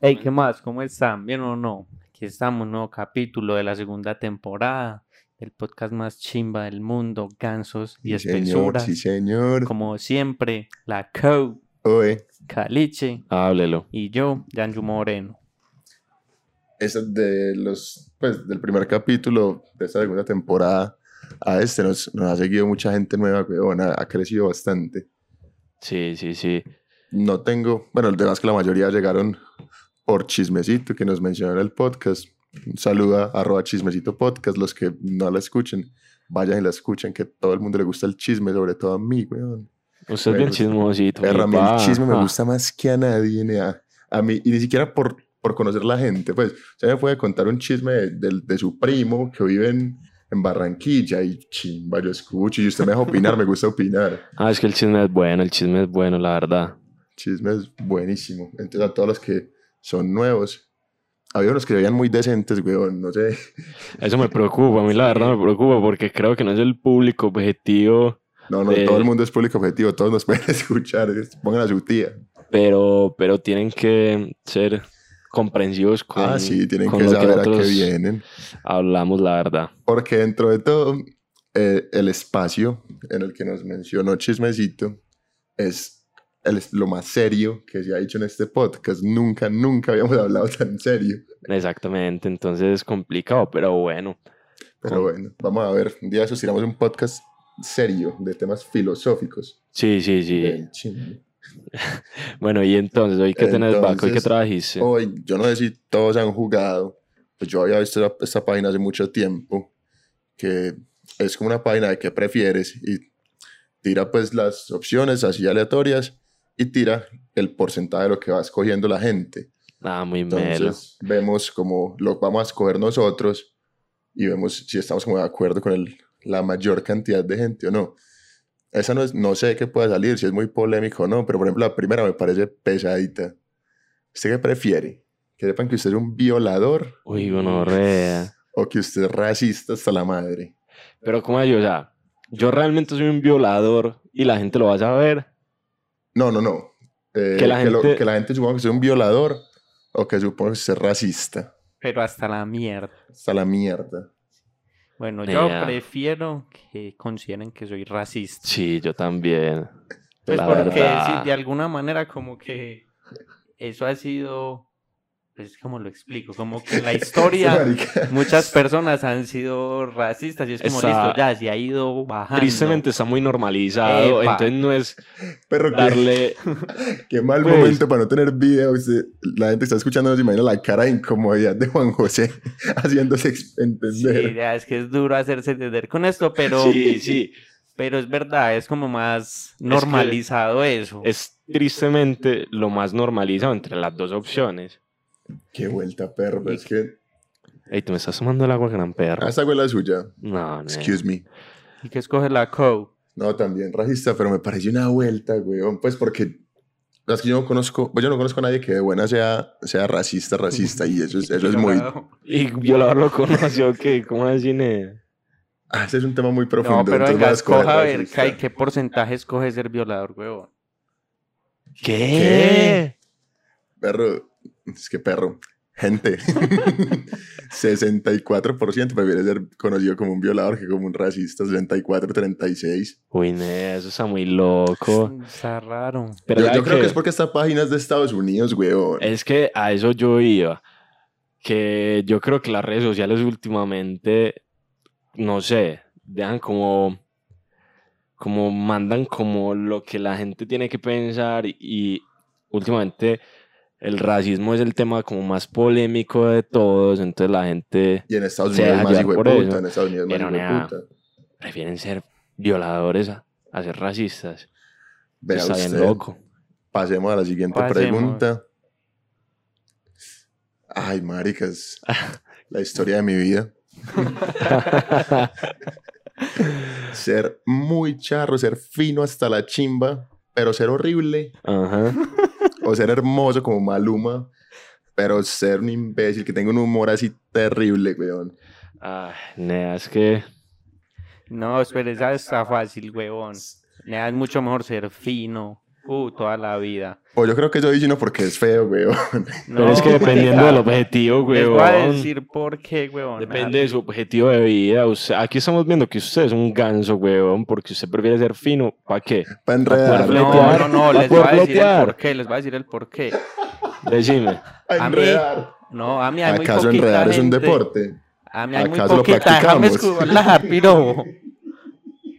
Hey, ¿qué más? ¿Cómo están? ¿Bien o no? Aquí estamos, nuevo capítulo de la segunda temporada del podcast más chimba del mundo, Gansos y Sí, señor, Espesuras. sí, señor. Como siempre, la Co, Oe, Caliche Háblelo. y yo, Yanju Moreno. eso de los, pues, del primer capítulo de esta segunda temporada a este nos, nos ha seguido mucha gente nueva, weón, ha, ha crecido bastante. Sí, sí, sí. No tengo, bueno, el tema es que la mayoría llegaron por Chismecito, que nos mencionó en el podcast. Saluda, arroba Chismecito Podcast, los que no la escuchen, vayan y la escuchen, que a todo el mundo le gusta el chisme, sobre todo a mí, weón. Usted Me es bien gusta. chismosito. mi Perra, a mí el pa. chisme me Ah, gusta más que a nadie, nea. A mí, y ni siquiera por, por conocer la gente. Pues, se me puede contar un chisme de, del- de su primo que vive en, en Barranquilla y chimba, yo escucho y usted me deja opinar, me gusta opinar. Ah, es que el chisme es bueno, el chisme es bueno, la verdad. Chisme es buenísimo. Entonces, a todos los que son nuevos, había unos que se veían muy decentes, weón, no sé. Eso me preocupa, a mí la verdad me preocupa porque creo que no es el público objetivo, No, no, Eh. todo el mundo es público objetivo, todos nos pueden escuchar, es- pongan a su tía. pero, pero tienen que ser comprensivos con, ah, sí, tienen con que lo saber a qué nosotros vienen. Hablamos la verdad. Porque dentro de todo, eh, el espacio en el que nos mencionó Chismecito es el- lo más serio que se ha dicho en este podcast. Nunca, nunca habíamos hablado tan serio. Exactamente, entonces es complicado, pero bueno. Pero Con- bueno, vamos a ver. Un día de esos tiramos un podcast serio de temas filosóficos. Sí, sí, sí. del chisme. Bueno, y entonces, hoy que tenés Baco, hoy que Entonces, oh, trajiste. Hoy, yo no sé si todos han jugado, pues yo había visto esta, esta página hace mucho tiempo, que es como una página de qué prefieres y tira pues las opciones así aleatorias y tira el porcentaje de lo que va escogiendo la gente. Ah, muy melo. Entonces vemos como lo vamos a escoger nosotros y vemos si estamos como de acuerdo con el- la mayor cantidad de gente o no. Esa no, es, no sé qué pueda salir, si es muy polémico o no, pero por ejemplo la primera me parece pesadita. ¿Usted qué prefiere? ¿Que sepan que usted es un violador Uy, gonorrea. o que usted es racista hasta la madre? Pero como yo, o sea, yo realmente soy un violador y la gente lo va a saber. No, no, no. Eh, Que la lo- gente- que la gente suponga que usted es un violador o que suponga que usted es racista. Pero hasta la mierda. Hasta la mierda. Bueno, yo Ea. prefiero que consideren que soy racista. Sí, yo también. Pues la porque verdad. sí, de alguna manera como que eso ha sido, pues como lo explico, como que la historia... Marica. muchas personas han sido racistas y es como Esa- listo, ya se ha ido bajando. Tristemente está muy normalizado, Ah, Epa. entonces no es Perro, que- darle... Qué mal Pues- momento para no tener video. usted- La gente que está escuchando no se imagina la cara de incomodidad de Juan José haciéndose ex- entender. Sí, ya, es que es duro hacerse entender con esto, pero, Sí, sí, pero es verdad, es como más que- normalizado eso. es tristemente lo más normalizado entre las dos opciones. Qué vuelta, perro. pero Es que. Ey, tú me estás sumando el agua, gran perro. Ah, esa güey la suya. Eh. No, no. Excuse me. ¿Y que escoge la co? No, también racista, pero me parece una vuelta, weón. Pues porque. Las que yo no conozco. Pues yo no conozco a nadie que de buena sea, sea racista, racista. Y eso es, eso es muy. Y violador lo conoció, ¿qué? ¿Cómo así, ne? Ah, ese es un tema muy profundo. No, pero entonces venga, voy a escoger escoja a ver, racista. Kai, ¿qué porcentaje escoge ser violador, huevón? ¿Qué? Perro. Es que perro. Gente. 64% prefiere ser conocido como un violador que como un racista. 64, 36. Uy, ne, eso está muy loco. Está raro. Pero Yo, ¿sabe Eh, yo creo que qué? es porque esta página es de Estados Unidos, weón. Es que a eso yo iba. Que yo creo que las redes sociales últimamente, no sé, dejan como. como mandan como lo que la gente tiene que pensar y últimamente el racismo es el tema como más polémico de todos, entonces la gente Y en Estados Se Unidos deja es más llevar hijo de por puta. eso. En Estados Unidos es Pero más hijo de nada. puta. prefieren ser violadores a, a ser racistas. Vea Está bien usted. loco. Pasemos a la siguiente Pasemos. pregunta. Ay, maricas. la historia de mi vida. Ser muy charro, ser fino hasta la chimba, pero ser horrible. Ajá. o ser hermoso como Maluma, pero ser un imbécil que tenga un humor así terrible, weón. Ay, nea, es que. No, espera, esa está fácil, huevón. Nada, es mucho mejor ser fino, Uh, toda la vida. O Pues yo creo que yo dije no porque es feo, weón. Pero es que No, dependiendo del marica, objetivo, Les voy a weón. decir por qué, huevón. Depende de su objetivo de vida. Usted- aquí estamos viendo que usted es un ganso, weón, porque usted prefiere ser fino. ¿Para qué? Para Para enredar. poder No, fletear. no, no, Va les Ah, por voy a decir el flotear. por qué, les voy a decir el por qué. Decime. Pa' a mí, enredar. No, a mí hay muy ¿Acaso poquita enredar es un gente- deporte? A mí hay muy ¿Acaso lo poquita, déjame practicamos? escucharla, pirobo.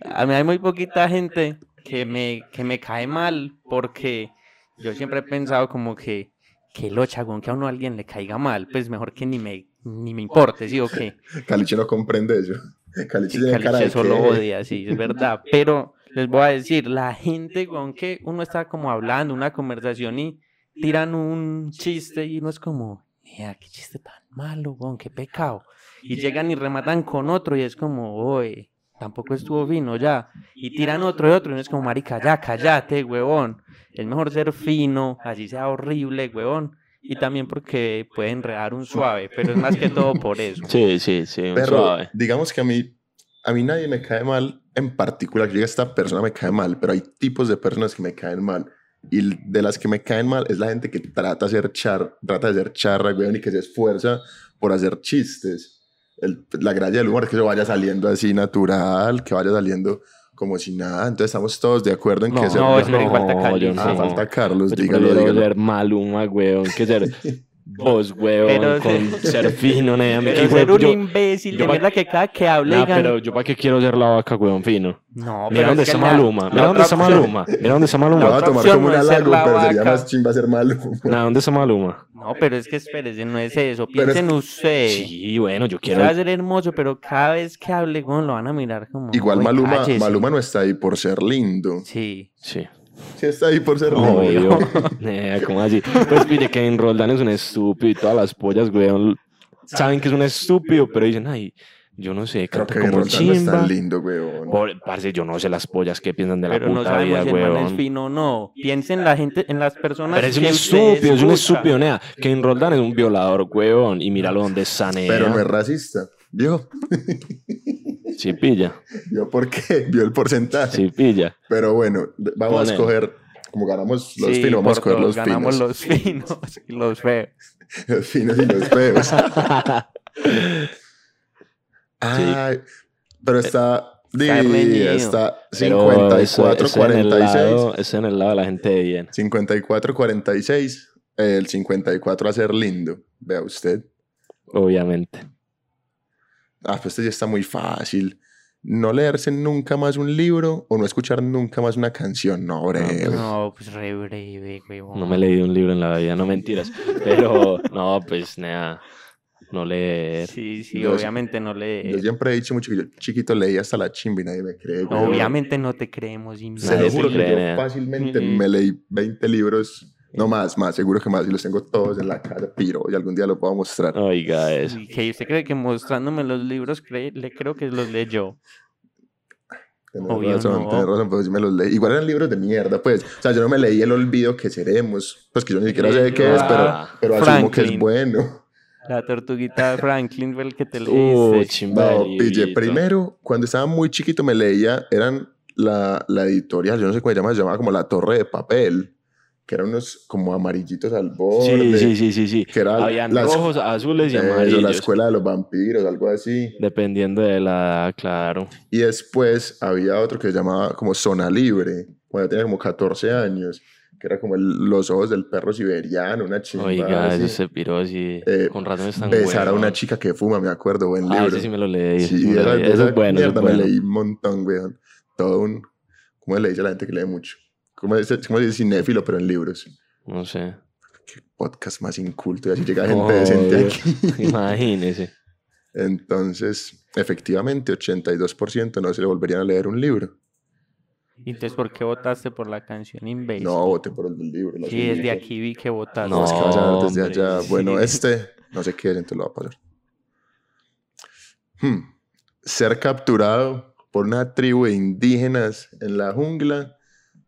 A mí hay muy poquita gente que me, que me cae mal porque yo siempre he pensado como que, que lo chagón que a uno alguien le caiga mal, pues mejor que ni me, ni me importe, ¿sí o qué? Caliche no comprende eso. Caliche Sí, tiene cara Caliche de solo que- odia, sí, es verdad. Pero les voy a decir, la gente con que uno está como hablando, una conversación y tiran un chiste y uno es como, mira, qué chiste tan malo, con qué pecado. Y llegan y rematan con otro y es como, oye, tampoco estuvo fino ya. Y tiran otro y otro y uno es como, marica, ya, cállate, huevón. Es mejor ser fino, así sea horrible, huevón. Y también porque puede enredar un suave, pero es más que todo por eso. Sí, sí, sí. un Pero suave. digamos que a mí, a mí nadie me cae mal en particular. Yo diga, esta persona me cae mal, pero hay tipos de personas que me caen mal. Y l- de las que me caen mal es la gente que trata, de ser char, trata de ser charra, weón, y que se esfuerza por hacer chistes. El- la gracia del humor es que eso vaya saliendo así natural, que vaya saliendo como si nada. Entonces estamos todos de acuerdo en que No, ser... no, es no, me falta yo Cali. no. Ah, falta Carlos, Pero dígalo, prefiero dígalo. ser Maluma, weón, que ser vos, weón, Pero con ser- ser fino, nea, Pero que, ser weón, un yo- imbécil de yo pa- mierda que cada que hable Nah, digan- pero yo para qué quiero ser la vaca, weón, fino. No, Mira pero dónde es que está la- Maluma, mira la dónde otra está opción- Maluma, mira dónde está Lo voy Maluma, a otra tomar opción como un no es ser halago, la pero sería vaca. más chimba ser malo. nah, dónde está Maluma. No, pero es que espérese, no es eso. Pero es- Piensen ustedes. Sí, bueno, yo Usted va a quiero. ser hermoso, pero cada vez que hable, weón, lo van a mirar como. Igual "Uy, Maluma, cállese". Maluma no está ahí por ser lindo. Sí. Sí, Sí está ahí por ser lindo. obvio. Nea, ¿cómo así? Pues pide que en Roldán es un estúpido y todas las pollas, weón, saben que es un estúpido, pero dicen, ay, yo no sé, Creo canta que como Roldán no es chimba. tan lindo, weón. Pobre- parce, yo no sé las pollas que piensan de la Pero no puta sabemos vida, si el man es weón. fino o no. Piensen la gente, en las personas. Pero es que un usted estúpido, es un escucha. estúpido, nea. Kane Roldán es un violador, huevón. Y míralo donde está, nea. Pero no es racista. Vio, Sí pilla, vio por qué, vio el porcentaje. sí pilla. Pero bueno, de- vamos Ponen. a escoger, como ganamos los Sí, finos, vamos a por escoger dos, los ganamos finos. los finos y los feos. Los finos y los feos. Ay, pero está, Está di- reñido. está Pero eso- 54, eso en el 46. lado- eso en el lado de la gente de bien. 54, 46. El 54 a ser lindo. Vea usted. Obviamente. Ah, pues este ya está muy fácil. No leerse nunca más un libro o no escuchar nunca más una canción. No, breve. No, pues re breve, weón. No me he leído un libro en la vida, no mentiras. Pero, no, pues, nea. No leer. Sí, sí, Yo- obviamente no le. Yo siempre he dicho mucho que yo chiquito leía hasta la chimba y nadie me cree. güey. Obviamente no te creemos, imbécil. Se Nadie lo te juro que cree, yo nea. fácilmente Mm. me leí 20 libros. No más, más, seguro que más. Y los tengo todos en la casa, piro. Y algún día lo puedo mostrar. Oiga, eso. Y que usted cree que mostrándome los libros, cree- le creo que los leyó. Tenés Obvio razón, no. tenés razón, pero sí me los leí. Igual eran libros de mierda, pues. O sea, yo no me leí El Olvido que seremos. Pues que yo ni siquiera sé de qué es, pero, Ah, pero asumo que es Franklin. bueno. La tortuguita de Franklin fue el que te Uh, leíste. chimba. No, de pille. librito. Primero, cuando estaba muy chiquito me leía, eran la, la editorial, yo no sé cómo se llamaba, se llamaba como La Torre de Papel, que eran unos como amarillitos al borde. Sí, sí, sí, sí, sí. Que era Habían las- rojos, azules y Eso, la amarillos. escuela de los vampiros, algo así. Dependiendo de la edad, claro. Y después había otro que se llamaba como Zona Libre, cuando yo tenía como 14 años, que era como el- los ojos del perro siberiano, una chimba. Oiga, así. eso se piró así. Eh, con razón están Besar a una chica que fuma, me acuerdo, buen Ah, libro. ese sí me lo leí. ese Sí, sí me lo esa- leí. Eso esa es bueno, eso es mierda bueno. me leí un montón, weón. Todo un... ¿Cómo le dice a la gente que lee mucho? ¿Cómo dice, cómo dice cinéfilo, pero en libros? No sé. Podcast más inculto y así llega gente Obvio. decente aquí. Imagínese. Entonces, efectivamente, 82% no se le volverían a leer un libro. Y Entonces, ¿por qué votaste por la canción imbécil? No, voté por el del libro. lo Sí, siento. desde aquí vi que votaste. No, es que vas a ver desde Hombre, allá. Bueno, sí. este, no sé qué es, entonces lo va a pasar. Hmm. Ser capturado por una tribu de indígenas en la jungla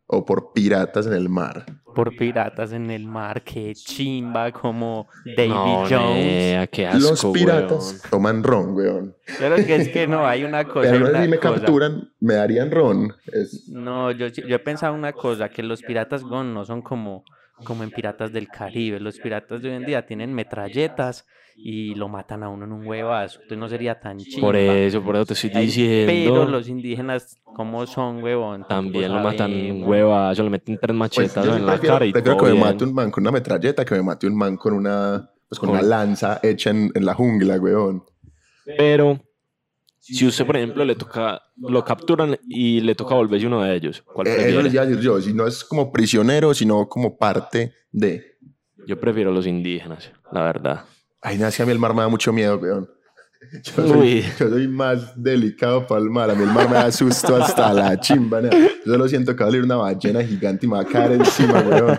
o por piratas en el mar. por piratas en el mar, que chimba, como David No, Jones. nea, qué asco, Los piratas weón. Pues toman ron, weón. Claro que es que no, hay una cosa. y Pero no, una si me cosa. capturan, me darían ron. Es- No, yo, sí- yo he pensado una cosa, que los piratas gon no son como, como en piratas del Caribe. Los piratas de hoy en día tienen metralletas y lo matan a uno en un huevazo. Entonces no sería tan chido. Por eso, por eso te estoy diciendo. Pero los indígenas, ¿cómo son, huevón? Tampoco También lo matan sabemos. hueva, yo le meten tres Pues, machetas yo sí en la prefiero- cara y prefiero todo que me bien. mate un man con una metralleta que me mate un man con una, pues, con Con- una lanza hecha en, en la jungla, weón. Pero si usted, por ejemplo, le toca, lo capturan y le toca volverse uno de ellos, ¿cuál Eh, eso les prefiere? iba a decir yo. Si no es como prisionero, sino como parte de. Yo prefiero los indígenas, la verdad. Ay, nada, es que a mí el mar me da mucho miedo, weón. Yo soy, Uy. yo soy más delicado para el mar. A mí el mar me da susto hasta la chimba. nea. Yo solo siento que va a salir una ballena gigante y me va a caer encima, weón.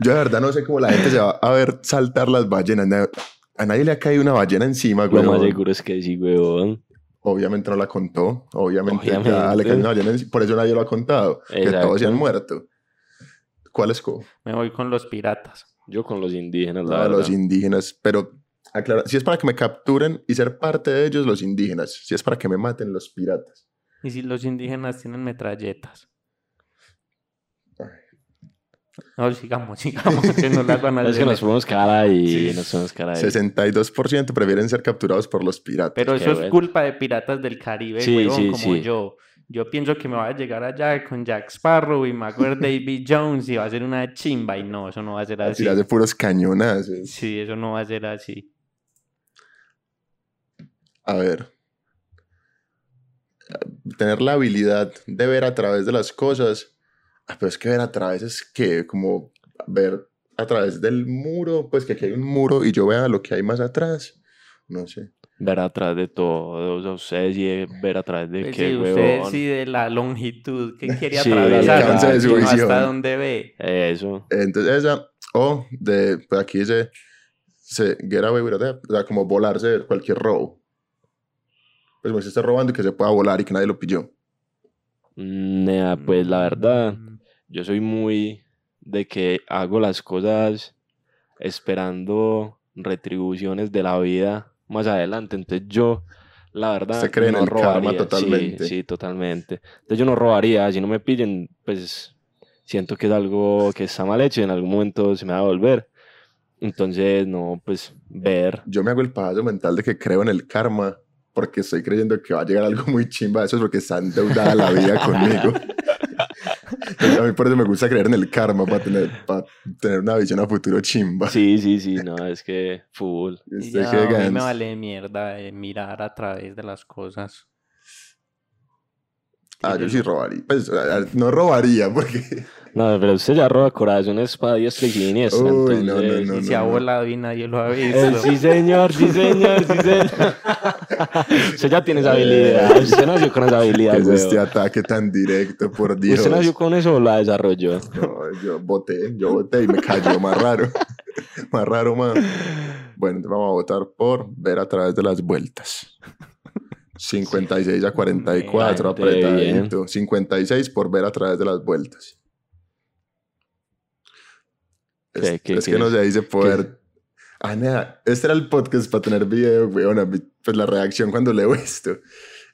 Yo de verdad no sé cómo la gente se va a ver saltar las ballenas. nea. A nadie le ha caído una ballena encima, Lo más weón. seguro es que sí, huevón. Obviamente no la contó. Obviamente, ya Obviamente. le cayó una ballena encima, Por eso nadie lo ha contado. Que Exacto. todos se han muerto. ¿Cuál es co? Me voy con los piratas. Yo con los indígenas, la No, verdad. los indígenas, pero aclara, si es para que me capturen y ser parte de ellos, los indígenas, si es para que me maten los piratas. Y si los indígenas tienen metralletas. No, sigamos, sigamos, que no las van a es que nos hacer. podemos cara ahí, Sí. nos podemos cara ahí. 62% prefieren ser capturados por los piratas. Pero Qué eso es bueno. culpa de piratas del Caribe, Sí, huevón, sí, como sí. yo. Yo pienso que me va a llegar allá con Jack Sparrow y Maguire David Jones y va a ser una chimba. Y no, eso no va a ser así. Tiras de puros cañonazos. Sí, eso no va a ser así. A ver. Tener la habilidad de ver a través de las cosas. Ah, Pero es que ver a través es que, como ver a través del muro, pues que aquí hay un muro y yo vea lo que hay más atrás. No sé. Ver atrás de todo, o sea, ustedes y ver atrás de Pues qué, sí, usted huevón. decide la longitud que quiere Sí, atravesar. el alcance de su y no visión. hasta dónde ve. Eso. Entonces esa, o de, pues aquí dice, se, get away with a theft, o sea, como volarse de cualquier robo. Pues como se está robando y que se pueda volar y que nadie lo pilló. Nea, pues la verdad, Mm, yo soy muy de que hago las cosas esperando retribuciones de la vida más adelante. Entonces yo, la verdad, Se cree en no el karma robaría. Sí, totalmente. Sí, totalmente. Entonces yo no robaría. Si no me pillen, pues siento que es algo que está mal hecho y en algún momento se me va a volver. Entonces, no, pues ver. Yo me hago el paso mental de que creo en el karma porque estoy creyendo que va a llegar algo muy chimba de eso es porque está endeudada la vida conmigo. Entonces, a mí por eso me gusta creer en el karma para tener, para tener una visión a futuro chimba. Sí, sí, sí, no, es que full. y Estoy ya, que a mí me gans. vale mierda eh, mirar a través de las cosas. Ah, yo sí robaría. Pues, a- a- no robaría porque... No, pero usted ya roba corazones para diestra y siniestra. Uy, no, no, entonces- Y no, se ha volado y nadie lo ha Eh, visto. sí, señor, sí, señor, sí, señor. Usted ya tiene esa Eh, habilidad. Usted nació con esa habilidad, que es güey. este ataque tan directo, por Dios. Usted nació con eso o la desarrolló. No, yo voté, yo voté y me cayó más raro. más raro, más. Bueno, entonces vamos a votar por ver a través de las vueltas. 56 a 44, Bien, bien. apretadito. 56 por ver a través de las vueltas. Es, ¿Qué- qué es que no quieres? se dice poder. Ah, nada, este era el podcast para tener video, weón. A mí, Pues la reacción cuando leo esto.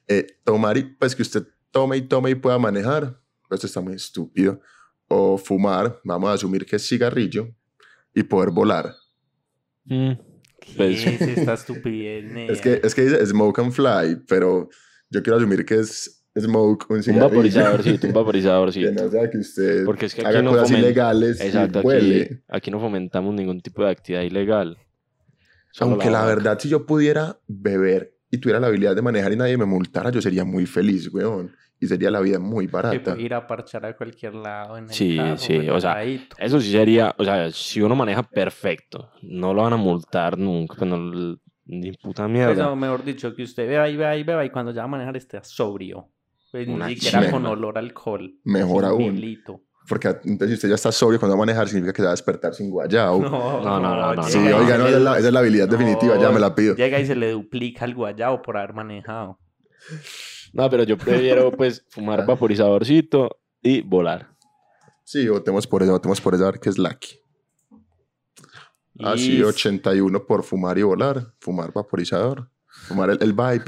Eh, tomar y pues que usted tome y tome y pueda manejar. Esto está muy estúpido. O fumar, vamos a asumir que es cigarrillo. Y poder volar. Mm, ¿Qué Pues- es esta estupidez, nea? Es que, es que dice smoke and fly, pero yo quiero asumir que es smoke, un un cigarrillo. vaporizadorcito, un vaporizadorcito. que no sea que usted Porque es que aquí haga no cosas fomen- ilegales y Exacto, aquí, huele. aquí no fomentamos ningún tipo de actividad ilegal. Solo Aunque la vaca. verdad, si yo pudiera beber y tuviera la habilidad de manejar y nadie me multara, yo sería muy feliz, weón. Y sería la vida muy Que barata. puede ir a parchar a cualquier lado en el Sí, carro, pues, sí, o sea, relajadito. Eso sí sería, o sea, si uno maneja perfecto, no lo van a multar nunca, pues no- ni puta mierda. Pues, o mejor dicho, que usted beba y beba y beba y cuando ya va a manejar esté sobrio. Pues, Una ni siquiera con chimba. olor a alcohol. Mejor sin aún. Pelito. Porque entonces si usted ya está sobrio cuando va a manejar, significa que se va a despertar sin guayao. Oh. no, no, no, sí, no, oiga, no, esa es la, esa es la habilidad No, definitiva, ya me la pido. Llega y se le duplica el guayao por haber manejado. No, pero yo prefiero pues fumar vaporizadorcito y volar. Sí, votemos por esa, votemos por esa, a ver qué es Lucky. Ah, sí, Listo. 81 por fumar y volar. Fumar vaporizador. Fumar el, el vibe.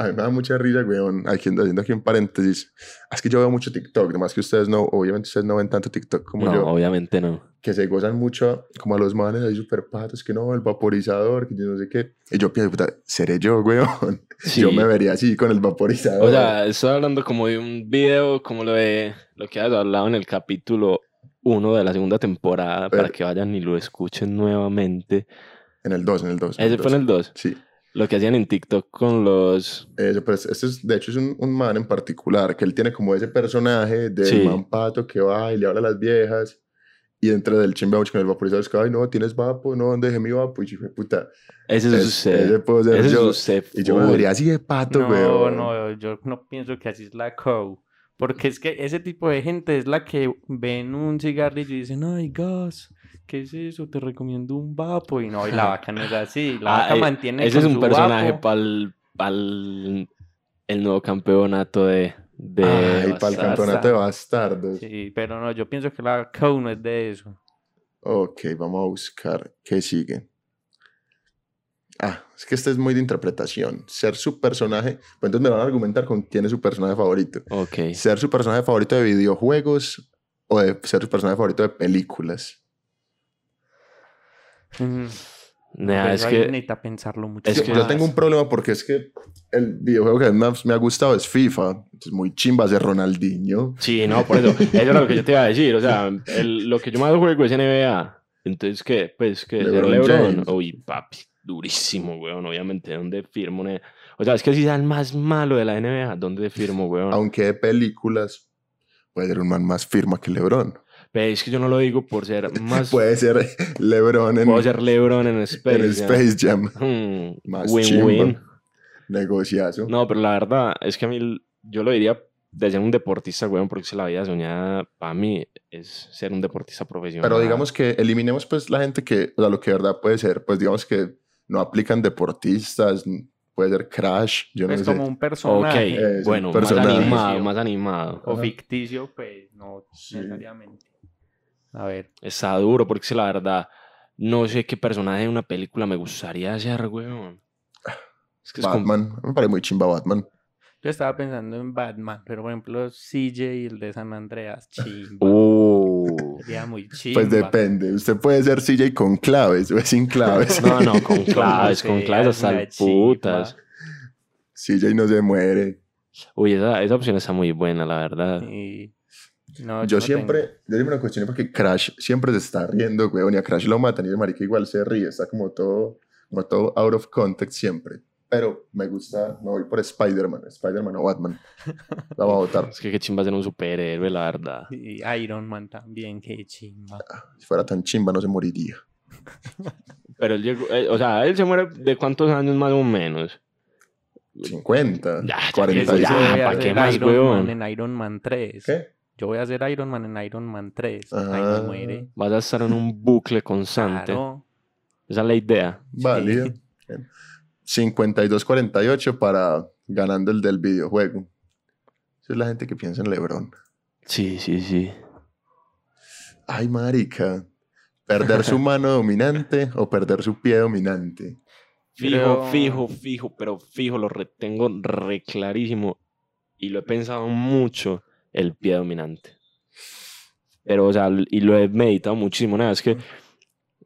A mí me da mucha risa, weón. Aquí, haciendo aquí un paréntesis. Es que yo veo mucho TikTok, nomás que ustedes no, obviamente ustedes no ven tanto TikTok como no, yo. obviamente no. que se gozan mucho como a los manes ahí super patos, que no, el vaporizador, que yo no sé qué. Y yo pienso, puta, seré yo, weón. Sí. Yo me vería así con el vaporizador. O sea, estoy hablando como de un video, como lo de lo que has hablado en el capítulo 1 de la segunda temporada, para Pero- que vayan y lo escuchen nuevamente. en el 2, en el 2. Ese fue en el 2. Sí, Lo que hacían en TikTok con los... eso, pero este es, de hecho es un, un man en particular, que él tiene como ese personaje de Sí. man pato que va y le habla a las viejas. Y entra del chimba mucho con el vaporizador, es que, ay, no, tienes vapo, no, ¿dónde dejé mi vapo? Y yo, "Hijo de puta, Ese es es- ese usted. puedo ser Ese es yo. usted. Y yo me full. vería así de pato, No, weón. no, yo no pienso que así es la co. Porque es que ese tipo de gente es la que ven un cigarrillo y dicen, ay, gas, ¿qué es eso? Te recomiendo un vapo. Y no, y la vaca no es así. La Ah, vaca eh, mantiene Ese es con su un personaje vapo. para el, el nuevo campeonato de... de Ay, para el Bastardos. campeonato de bastardos. Sí, pero no, yo pienso que la co no es de eso. Ok, vamos a buscar qué sigue. Ah, es que este es muy de interpretación. Ser su personaje. Pues entonces me van a argumentar con quién es su personaje favorito. Ok. Ser su personaje favorito de videojuegos o de ser su personaje favorito de películas. Mm, Nah, pero es ahí que... necesita pensarlo mucho. Es Yo, que- yo tengo un problema porque es que el videojuego que más me ha gustado es FIFA. Es muy chimba de Ronaldinho. Sí, no, por eso. Eso era lo que yo te iba a decir. O sea, el- lo que yo más juego es NBA. Entonces, ¿qué? Pues que ser LeBron LeBron. James. Uy, papi, durísimo, weón. Obviamente, ¿dónde firmo? ne? O sea, es que si sea el más malo de la NBA, ¿dónde firmo, weón? Aunque de películas puede ser un man más firma que LeBron. Pero es que yo no lo digo por ser más. Puede ser LeBron en, puedo ser LeBron en Space. en Jam. Space Jam. Hmm, Más Win-win. chimba. Negociazo. No, pero la verdad es que a mí, l- yo lo diría de ser un deportista, weón, porque si la vida soñada para mí es ser un deportista profesional. Pero digamos que eliminemos pues la gente que, o sea, lo que de verdad puede ser, pues digamos que no aplican deportistas, n- puede ser Crash, yo no es sé. como un Ok, personaje. es un bueno, más Eh, personaje. animado, más animado. O Ajá. ficticio, pues no Sí. necesariamente. A ver. Está duro, porque si la verdad, no sé qué personaje de una película me gustaría hacer, weón. Es que es como- Batman, me parece muy chimba Batman. Yo estaba pensando en Batman, pero por ejemplo, CJ y el de San Andreas, chimba. Uh. Sería muy chimba. Pues depende, usted puede ser CJ con claves o sin claves. No, no, con claves, Como con claves seas, hasta una el putas. chimba. CJ no se muere. Uy, esa, esa opción está muy buena, la verdad. Y- no, yo, no siempre, tengo. yo siempre me cuestioné porque Crash siempre se está riendo, weón, y a Crash lo matan y el marica igual se ríe, está como todo, como todo out of context siempre. Pero me gusta, me voy por Spider-Man, Spider-Man o Batman. Vamos a votar. Es que qué chimba ser un superhéroe, la verdad. Y Iron Man también, qué chimba. Si fuera tan chimba no se moriría. Pero él llegó, eh, o sea, él se muere de cuántos años más o menos. 50, Ya, ya, 40 ya, Yo voy a ¿pa' hacer qué más, Iron huevón? Man en Iron Man 3. pues, ¿Qué? Yo voy a hacer Iron Man en Iron Man 3. Ay, Ah, me muere. Vas a estar en un bucle constante. Claro. Esa es la idea. Válido. 52-48 para ganando el del videojuego. Esa es la gente que piensa en LeBron. Sí, sí, sí. Ay, marica. Perder su mano dominante o perder su pie dominante. Fijo, Creo- fijo, fijo, pero fijo, lo retengo re clarísimo. Y lo he pensado mucho, el pie dominante. Pero, o sea, l- y lo he meditado muchísimo. Nada, es que,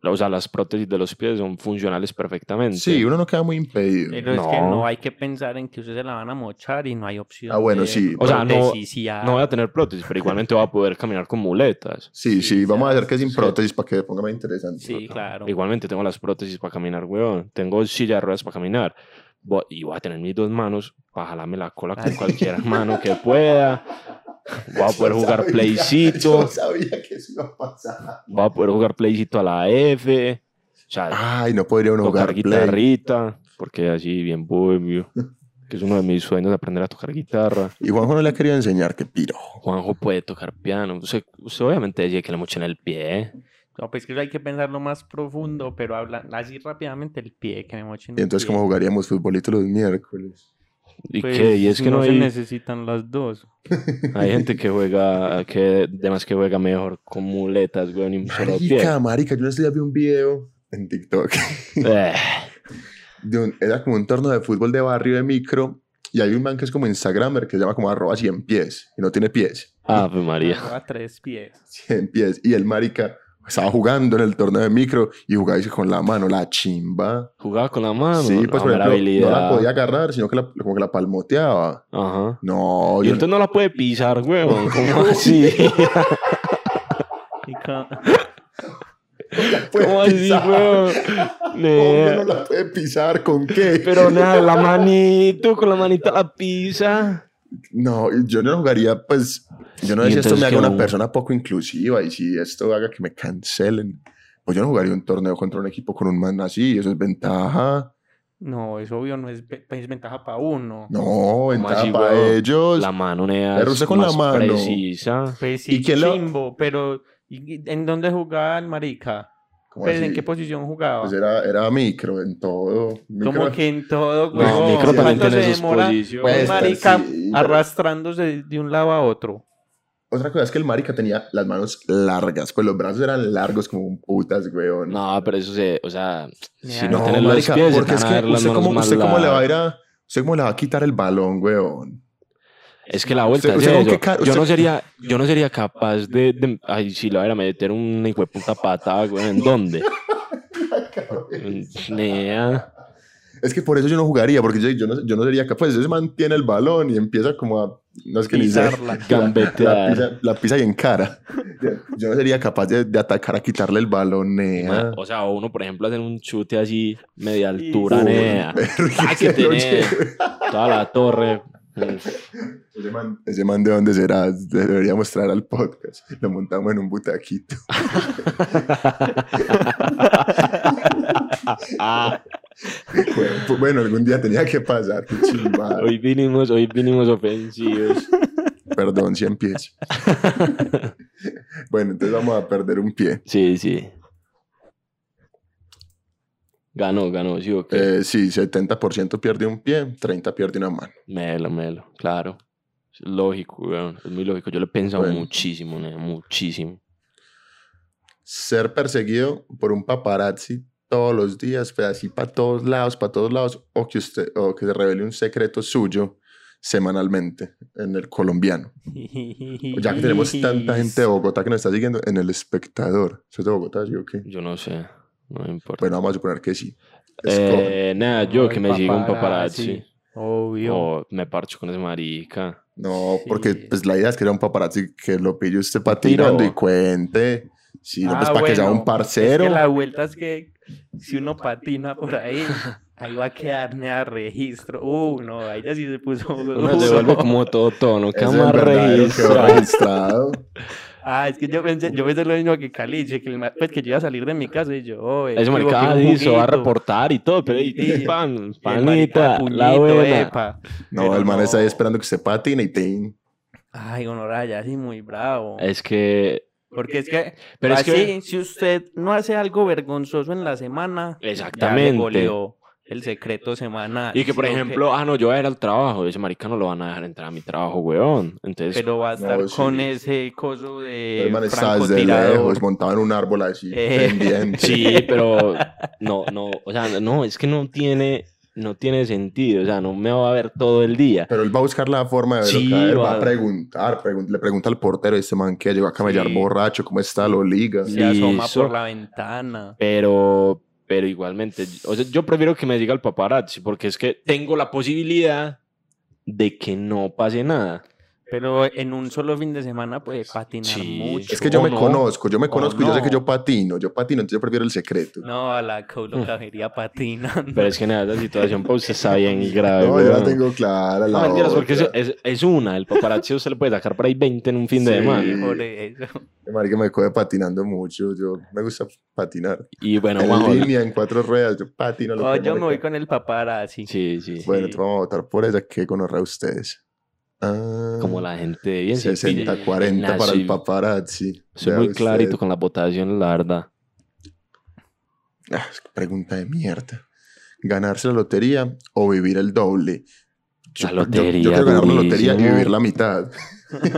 la- o sea, las prótesis de los pies son funcionales perfectamente. Sí, uno no queda muy impedido. Pero es que No. no hay que pensar en que ustedes se la van a mochar y no hay opción. Ah, bueno, de sí. O sea, no- protesicidad. No voy a tener prótesis, pero igualmente voy a poder caminar con muletas. Sí, sí, sí, vamos a ya, hacer que sin sí. prótesis para que se ponga más interesante. Sí, claro. Igualmente tengo las prótesis para caminar, weón. Tengo silla de ruedas para caminar. Vo- Y voy a tener mis dos manos para jalarme la cola con Ay. cualquier mano que pueda. Voy a poder Yo jugar sabía- playcito. Yo sabía que eso iba a pasar. Voy a poder jugar playcito a la F. O sea, Ay, no podría uno tocar Ah, jugar play. guitarrita. Porque así, bien bohemio. Que es uno de mis sueños aprender a tocar guitarra. Y Juanjo no le ha querido enseñar que piro. Juanjo puede tocar piano. Usted, usted obviamente decía que le mochila el pie. ¿eh? No, pues que hay que pensarlo más profundo, pero habla así rápidamente el pie, que me mochen. Y entonces, ¿cómo jugaríamos futbolito los miércoles? ¿Y Pues, qué? Y es que no, se hay- necesitan las dos. Hay gente que juega, que además que juega mejor con muletas, güey, ni un solo pie. Marica, marica, yo les día vi un video en TikTok. Eh, de un- era como un torneo de fútbol de barrio de micro. Y hay un man que es como Instagramer que se llama como arroba 100 pies. Y no tiene pies. Ave María. A tres pies. 100 pies. Y el marica estaba jugando en el torneo de micro y jugaba dice, con la mano, la chimba. Jugaba con Ah, la mano. sí, pues hombre, por ejemplo, no habilidad. la podía agarrar, sino que la- como que la palmoteaba. Ajá. No, Y yo entonces no la puede pisar, güey. ¿Cómo así? Y ca- la puede ¿Cómo así, pisar. güey? Hombre, no la puede pisar, ¿con qué? Pero nada, la manito, con la manita la pisa. No, yo no jugaría, pues, yo no sé Y si esto entonces, me haga ¿qué una hubo? persona poco inclusiva y si esto haga que me cancelen. Pues yo no jugaría un torneo contra un equipo con un man así, eso es ventaja. No, es obvio, no es, ve- pues es ventaja para uno. No, ventaja así, para huevón? ellos. La mano, nea. Pero usted con la más mano. Precisa. Pues sí, ¿Y quién lo- chimbo, pero ¿y- y ¿en dónde jugaba el marica? ¿Cómo Pues, ¿En así? qué posición jugaba? Pues era, era micro en todo. Micro. Como que en todo, No, huevón. micro ¿Cuánto también se tiene sus demora posiciones. un Pues, pero marica sí, pero- arrastrándose de un lado a otro? Otra cosa es que el marica tenía las manos largas, pues los brazos eran largos como un putas, weón. No, pero eso se. O sea, si no, No, tenés los marica, pies, se porque te es van a que ver las usted, manos cómo, más usted cómo le va a largas. ir a... Usted cómo le va a quitar el balón, weón. Es que la vuelta Usted- es usted con eso. qué cara- yo, no usted- sería, yo no sería capaz de, de- Ay, si la era meter una hijo de puta patada, güey. ¿En dónde? En- Nea. Es que por eso yo no jugaría, porque yo, yo no, yo no sería capaz. Pues Ese mantiene el balón y empieza como a. No es que ni sé. Pisarla. La Gambetear. pisa, la pisa y en cara. Yo no sería capaz de, de atacar a quitarle el balón, nea. O sea, uno, por ejemplo, hacer un chute así, media Sí, altura, sí. nea. Hay que Ese man- tener toda la torre. Uf, Ese man, ese man de dónde será, le debería mostrar al podcast. Lo montamos en un butaquito. ah, Bueno, bueno, algún día tenía que pasar. Qué chimba. hoy vinimos, hoy vinimos ofensivos. Perdón, 100 pies. bueno, entonces vamos a perder un pie. Sí, sí. Ganó, ganó, sí, ok. Eh, sí, 70% pierde un pie, 30% pierde una mano. Melo, melo, claro. Es lógico, weón. Es muy lógico. Yo lo he pensado Bueno. muchísimo, nene, muchísimo. Ser perseguido por un paparazzi todos los días, pues así para todos lados, para todos lados, o que, usted, o que se revele un secreto suyo semanalmente en el colombiano. Ya que tenemos tanta gente de Bogotá que nos está siguiendo, en el espectador. ¿Sos de Bogotá, sí o qué? Yo no sé. No me importa. Bueno, vamos a suponer que sí. Escojan. eh, nada, yo Ay, que me siga un paparazzi. paparazzi. Obvio. O me parcho con ese marica. no, porque sí. pues, la idea es que era un paparazzi que lo pille usted patinando Tiro. y cuente. Sí, no, Ah, pues para que sea bueno. un parcero. Es que la vuelta es que si uno patina por ahí, ahí va a quedarme a registro. Uh, no, ahí ya sí se puso. Uno se duro. vuelve como todo tono. Eso es Cama verdadero, quedó registrada. registrado. Ah, es que yo pensé, yo pensé lo mismo que Caliche, que, el ma- pues, que yo iba a salir de mi casa y yo, oh, eh, Ese digo, marica que ah, un sí, se va a juguito, reportar y todo. Pero ahí, Sí. pan, y el marica, panita, la puñito, buena. epa. No, Pero el man está no. ahí esperando que se patine y te... Ay, Honora, ya sí muy bravo. Es que. Porque es que, Pero es así, que. si usted no hace algo vergonzoso en la semana, ya le Exactamente. goleó el secreto semanal. Y que, por ¿sí o qué? ejemplo, ah, no, yo voy a ir al trabajo. Ese marica no lo van a dejar entrar a mi trabajo, weón. Entonces, Pero va a estar No, sí. con ese coso de el man está desde Eh, francotirador. lejos, montado en un árbol así, Eh. pendiente. sí, pero no, no, o sea, no, es que no tiene, no tiene sentido. O sea, no me va a ver todo el día. Pero él va a buscar la forma de verlo Sí, caer, va va. a preguntar, pregun- le pregunta al portero, este man que llegó a camellar Sí. borracho, ¿cómo está? Lo liga. Se asoma Liso. por la ventana. Pero, pero igualmente, o sea, yo prefiero que me diga el paparazzi porque es que tengo la posibilidad de que no pase nada. Pero en un solo fin de semana puede patinar Sí. mucho. Es que yo ¿O me no? conozco, yo me ¿O conozco y yo sé que Oh, no? yo patino, yo patino, entonces yo prefiero el secreto. No, a la colocajería patinando. Pero es que nada, la situación para usted está bien grave. No, yo la weón. tengo clara, la No, mentiras, porque es, otra. es- es una. El paparazzi usted le puede sacar por ahí 20 en un fin de Sí. semana. Por eso. Marica me coge patinando mucho, yo me gusta patinar. Y bueno, en vamos a hablar- línea, en cuatro ruedas, yo patino. lo No, que yo me voy marica. con el paparazzi. Sí, sí. Bueno, sí. entonces vamos a votar por ella, que conorra ustedes. Ah. Como la gente bien sencilla. 60-40 para Nazi. el paparazzi. Soy Vea muy usted. clarito con las votaciones, la verdad. Ah, es que pregunta de mierda. ¿Ganarse la lotería o vivir el doble? yo- yo- La Yo, lotería, quiero ganar la lotería y durísimo. vivir la mitad.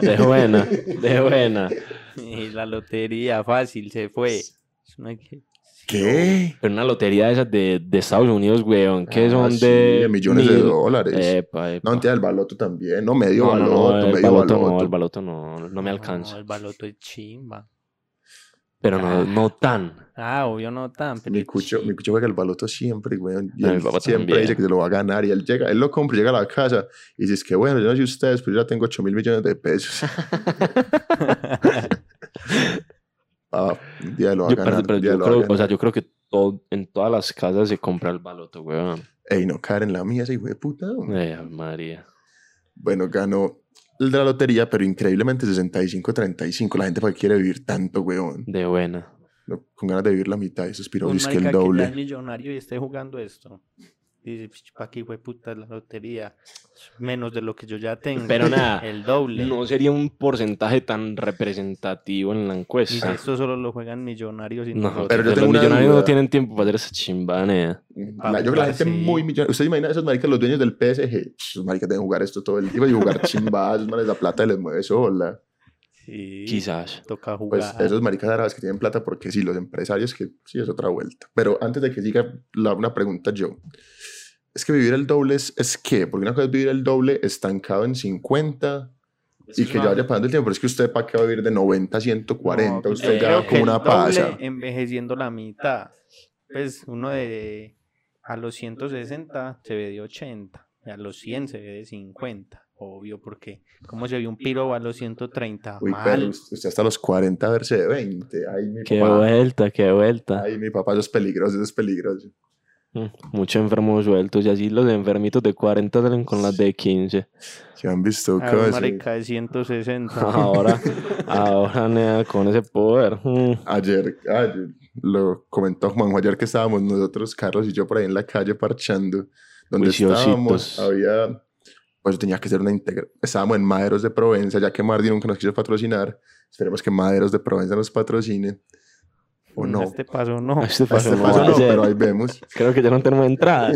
De buena, de buena. Y la lotería, fácil, se fue. Es una que- ¿Qué? Pero una lotería de esas de, de Estados Unidos, weón, que Ah, son sí, de... millones de mil- dólares. Epa, no, epa. mentira, el baloto también. No, medio No, no, no, baloto, el medio baloto baloto. no, el baloto no, no me No, alcanza. el baloto es chimba. Pero no, no tan. Ah, obvio no tan, pero Mi es cucho, mi chimba. cucho juega el baloto siempre, güey. Y No, mi él papá siempre también. dice que se lo va a ganar. Y él llega, él lo compra, y llega a la casa y dice: es que bueno, yo no sé ustedes, pero yo ya tengo 8 mil millones de pesos. ah, un día lo va a Yo, pero- ganar. pero un día lo yo va a creo, o ganar. sea, yo creo que todo- en todas las casas se compra el baloto, weón. Ey, no caer en la mía, ese hijo de puta. hombre. Eh, María. Bueno, ganó el de la lotería, pero increíblemente 65-35. La gente para qué quiere vivir tanto, weón. De buena. No, Con ganas de vivir la mitad, esos Un pirobis que marica el que ya doble. es millonario y esté jugando esto. Dice, para qué fue puta la lotería. Menos de lo que yo ya tengo. Pero nada, El doble. No sería un porcentaje tan representativo en la Y encuesta. esto solo lo juegan millonarios y No, nosotros. pero yo tengo los una millonarios no duda. tienen tiempo para hacer esa eh, chimbanea. La- yo creo que la gente Ah, sí. muy millonaria. ¿Ustedes imaginan esos maricas, los dueños del PSG? Esos maricas deben jugar esto todo el día y jugar chimbadas. Esos manes, la plata les mueve sola. Sí, Quizás. Toca jugar. Pues esos maricas árabes que tienen plata, porque sí, los empresarios que sí es otra vuelta. Pero antes de que siga, la, una pregunta yo. Es que vivir el doble es, es qué? Porque una cosa es vivir el doble estancado en 50 y que ya vaya pasando el tiempo. Pero es que usted, ¿para qué va a vivir de 90 a 140? No, yo usted ya creo va que como una el doble pasa. Envejeciendo la mitad. Pues uno de a los 160 se ve de 80, y a los 100 se ve de 50. Obvio, porque ¿cómo se vio un piro a los 130? Uy, pero Mal. usted hasta los 40 verse de 20. Ay, mi Qué papá. vuelta, qué vuelta. Ay, mi papá, eso es peligroso, eso es peligroso. Mm, Muchos enfermos sueltos. Y así los enfermitos de 40 salen con las de 15. Se han visto A un cosas. marica de Ah, 160. Ahora, ahora, nea, con ese poder. mm. Ayer, ayer, lo comentó Juanjo ayer que estábamos nosotros, Carlos y yo, por ahí en la calle parchando. Donde Juiciositos. estábamos, había. Pues tenía que ser una integra. Estábamos en Maderos de Provenza, ya que Mardi nunca nos quiso patrocinar. Esperemos que Maderos de Provenza nos patrocine. O no. Este paso no. Mm, Este A paso este no paso va a no, ser. pero ahí vemos. Creo que ya no tenemos entrada.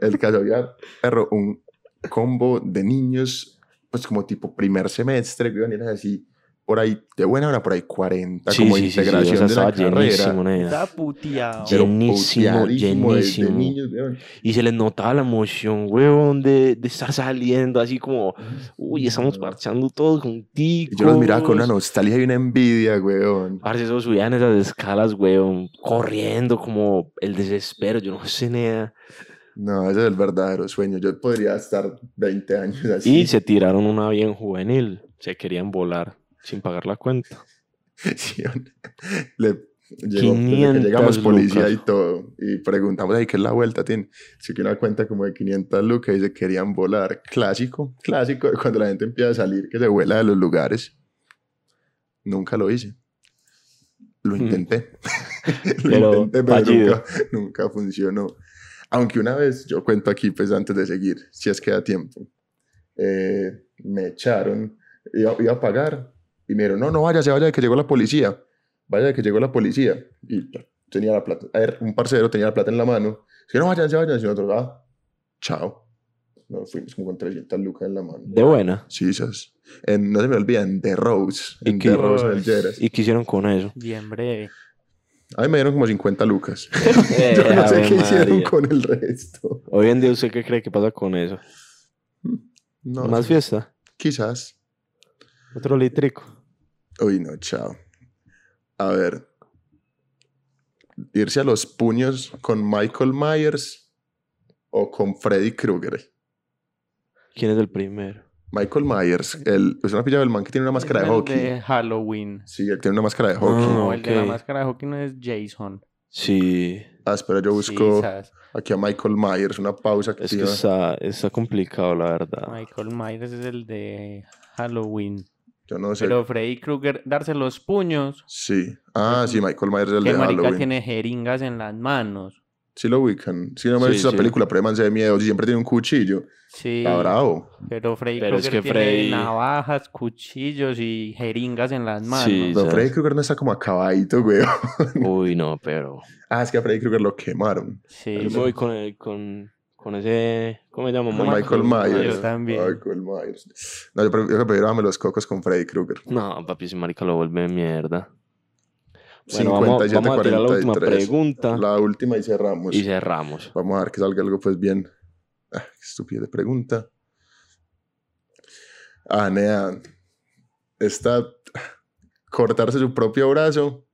El caso había, perro, un combo de niños, pues como tipo primer semestre, que iban a ir así, por ahí, de buena hora, por ahí 40, como integración o sea, de la estaba carrera. llenísimo, nena. Está puteado. Yo- Pero Llenísimo, puteadísimo de- de llenísimo. niños, weón. Y se les notaba la emoción, huevón, de, de estar saliendo así como, uy, estamos parchando todos Y juntitos. yo los miraba con una nostalgia y una envidia, weón. Parce, esos subían esas escalas, huevón, corriendo como el desespero, yo no sé nada. No, ese es el verdadero sueño. Yo podría estar 20 años así. Y se tiraron una bien juvenil, se querían volar sin pagar la cuenta. Sí, weón. Le llegó, desde que 500 llegamos policía lucas. y todo. Y preguntamos, ahí ¿qué es la vuelta? Tiene sí que una cuenta como de 500 lucas y se querían volar. Clásico, clásico de cuando la gente empieza a salir, que se vuela de los lugares. Nunca lo hice. Lo Hmm. intenté. lo Pero intenté, pero fallido. nunca, nunca funcionó. Aunque una vez, yo cuento aquí, pues antes de seguir, si es que da tiempo, eh, me echaron, iba, iba a pagar y me dijeron, no, no vaya, se vaya, que llegó la policía, vaya, que llegó la policía. Y yo tenía la plata, a ver, un parcero tenía la plata en la mano, si no vayan, se vayan, y nosotros, ah, chao. Nos fuimos como con 300 lucas en la mano. De buena. Jesus. En, no se me olvida, en The Rose, ¿Y en qué- The Rose, en el Lleras. ¿Y qué hicieron con eso? Bien breve. A mí me dieron como 50 lucas. Eh, Yo no sé Ave qué hicieron María. con el resto. Hoy en día, ¿usted qué cree que pasa con eso? No, ¿Más sé. fiesta? Quizás. ¿Otro litrico? Uy, no, chao. A ver. Irse a los puños con Michael Myers o con Freddy Krueger. ¿Quién es el primero? Michael Myers, el, es una pilla del man que tiene una máscara de Es el hockey. de Halloween. Sí, él tiene una máscara de hockey. Ah, No, el de la ok. máscara de hockey no es Jason. Sí, Ah, espera, yo busco Quizás. aquí a Michael Myers, una pausa es que activa. está, está complicado, la verdad. Michael Myers es el de Halloween. Yo Ah. no sé. Pero Freddy Krueger, darse los puños. Sí. Ah, sí, Michael Myers es el Que de marica Halloween. tiene jeringas en las manos. Sí lo ubican. Sí, no me he Sí, visto esa sí. película, pero el man se de miedo. sí, Siempre tiene un cuchillo. Sí. Está bravo. Pero Freddy Pero Krueger es que tiene Freddy- navajas, cuchillos y jeringas en las manos. Sí. Pero sabes. Freddy Krueger no está como acabadito, güey. Uy, no, pero. Ah, es que a Freddy Krueger lo quemaron. Sí. Yo me voy con, el- con, con ese, ¿Cómo se llama? Con Michael, Myers. también. Michael Myers. No, yo pre- yo prefiero Dame los Cocos con Freddy Krueger. No, papi, ese marica lo vuelve mierda. Bueno, 57, vamos, vamos a tirar la última 43. pregunta La última y cerramos. y cerramos. Vamos a ver que salga algo pues bien. Ah, qué estúpida pregunta. Ah, Nea. Está cortarse su propio brazo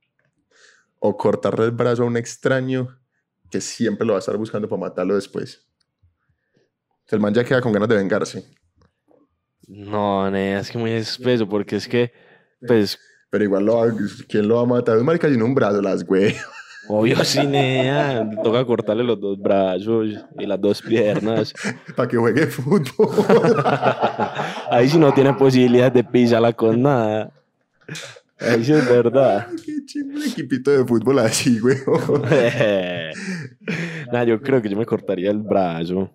o cortarle el brazo a un extraño que siempre lo va a estar buscando para matarlo después. El man ya queda con ganas de vengarse. No, nena, es que muy espeso porque es que, pues, Pero igual, lo va- ¿quién lo va a matar? Un marica sin un brazo, las güey. obvio, sí, nena, le toca cortarle los dos brazos y las dos piernas. Para que juegue fútbol. Ahí sí no tiene posibilidad de pisarla con nada. Ahí sí es verdad. Qué chingo un equipito de fútbol así, güey. nah, yo creo que yo me cortaría el brazo.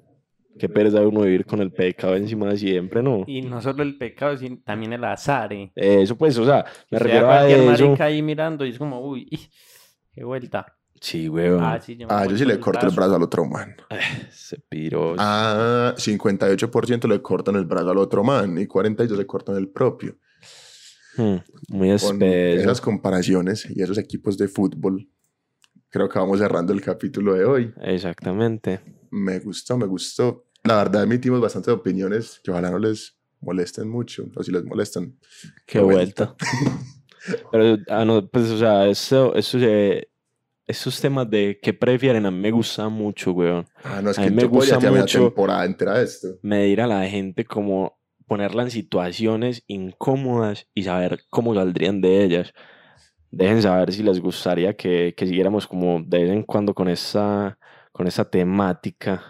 Qué pereza uno vivir con el pecado encima de siempre, ¿no? Y no solo el pecado, sino también el azar. ¿eh? Eso pues, o sea, Usted ve me a refiero a cualquier eso. marica ahí mirando y es como, uy, ih, qué vuelta. Sí, weón. Ah, sí, yo me Ah, yo sí le corto el brazo al otro man. Ese piro. Ah, 58% le cortan el brazo al otro man y 42% le cortan el propio. Hmm, muy Con espeso. esas comparaciones y esos equipos de fútbol, creo que vamos cerrando el capítulo de hoy. Exactamente. Me gustó, me gustó. La verdad, emitimos bastantes opiniones que ojalá no les molesten mucho, o si les molestan. Qué vuelta. Pero, ah, no, pues, o sea, eso, eso se- esos temas de que prefieren a mí me gusta mucho, weón. Ah, no, es A que mí me yo gusta podría tener una mucho- temporada entera de esto. medir a la gente como ponerla en situaciones incómodas y saber cómo saldrían de ellas. Dejen saber si les gustaría que, que siguiéramos como de vez en cuando con esa, con esa temática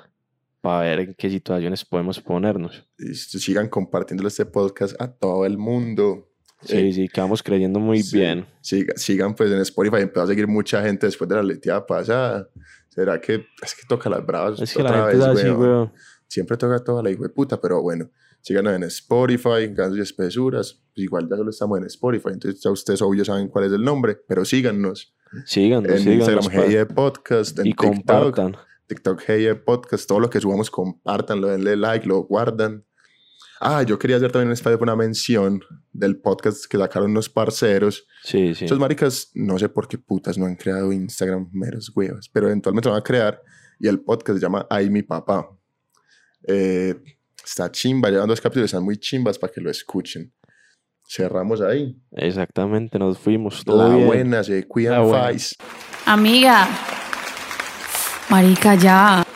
para ver en qué situaciones podemos ponernos. Y s- sigan compartiendo este podcast a todo el mundo. Sí, Eh, sí, que vamos creyendo muy sí. bien. Siga- sigan pues en Spotify, empezó a seguir mucha gente después de la leteada pasada. ¿Será que es que toca las bravas Es que la otra gente es vez, así, weón? weón. Siempre toca toda la hijo de puta, pero bueno, síganos en Spotify, en Gansos y Espesuras. Pues igual ya solo estamos en Spotify, entonces ya ustedes obvio saben cuál es el nombre, pero síganos Síganos, en síganos, Eh, Instagram, pa- GIE Podcast, en y TikTok, compartan. TikTok GIE Podcast, todo lo que subamos, compártanlo, denle like, lo guardan. Ah, yo quería hacer también en Spotify una mención del podcast que sacaron unos parceros Sí, sí. estos maricas, no sé por qué putas no han creado Instagram, meros huevas, pero eventualmente lo van a crear y el podcast se llama Ay, mi papá. Eh, está chimba, llevan dos capítulos, están muy chimbas para que lo escuchen. Cerramos ahí. Exactamente, nos fuimos. Todo La bien. buena, se La cuidan, buena. fais. Amiga. Marica, ya.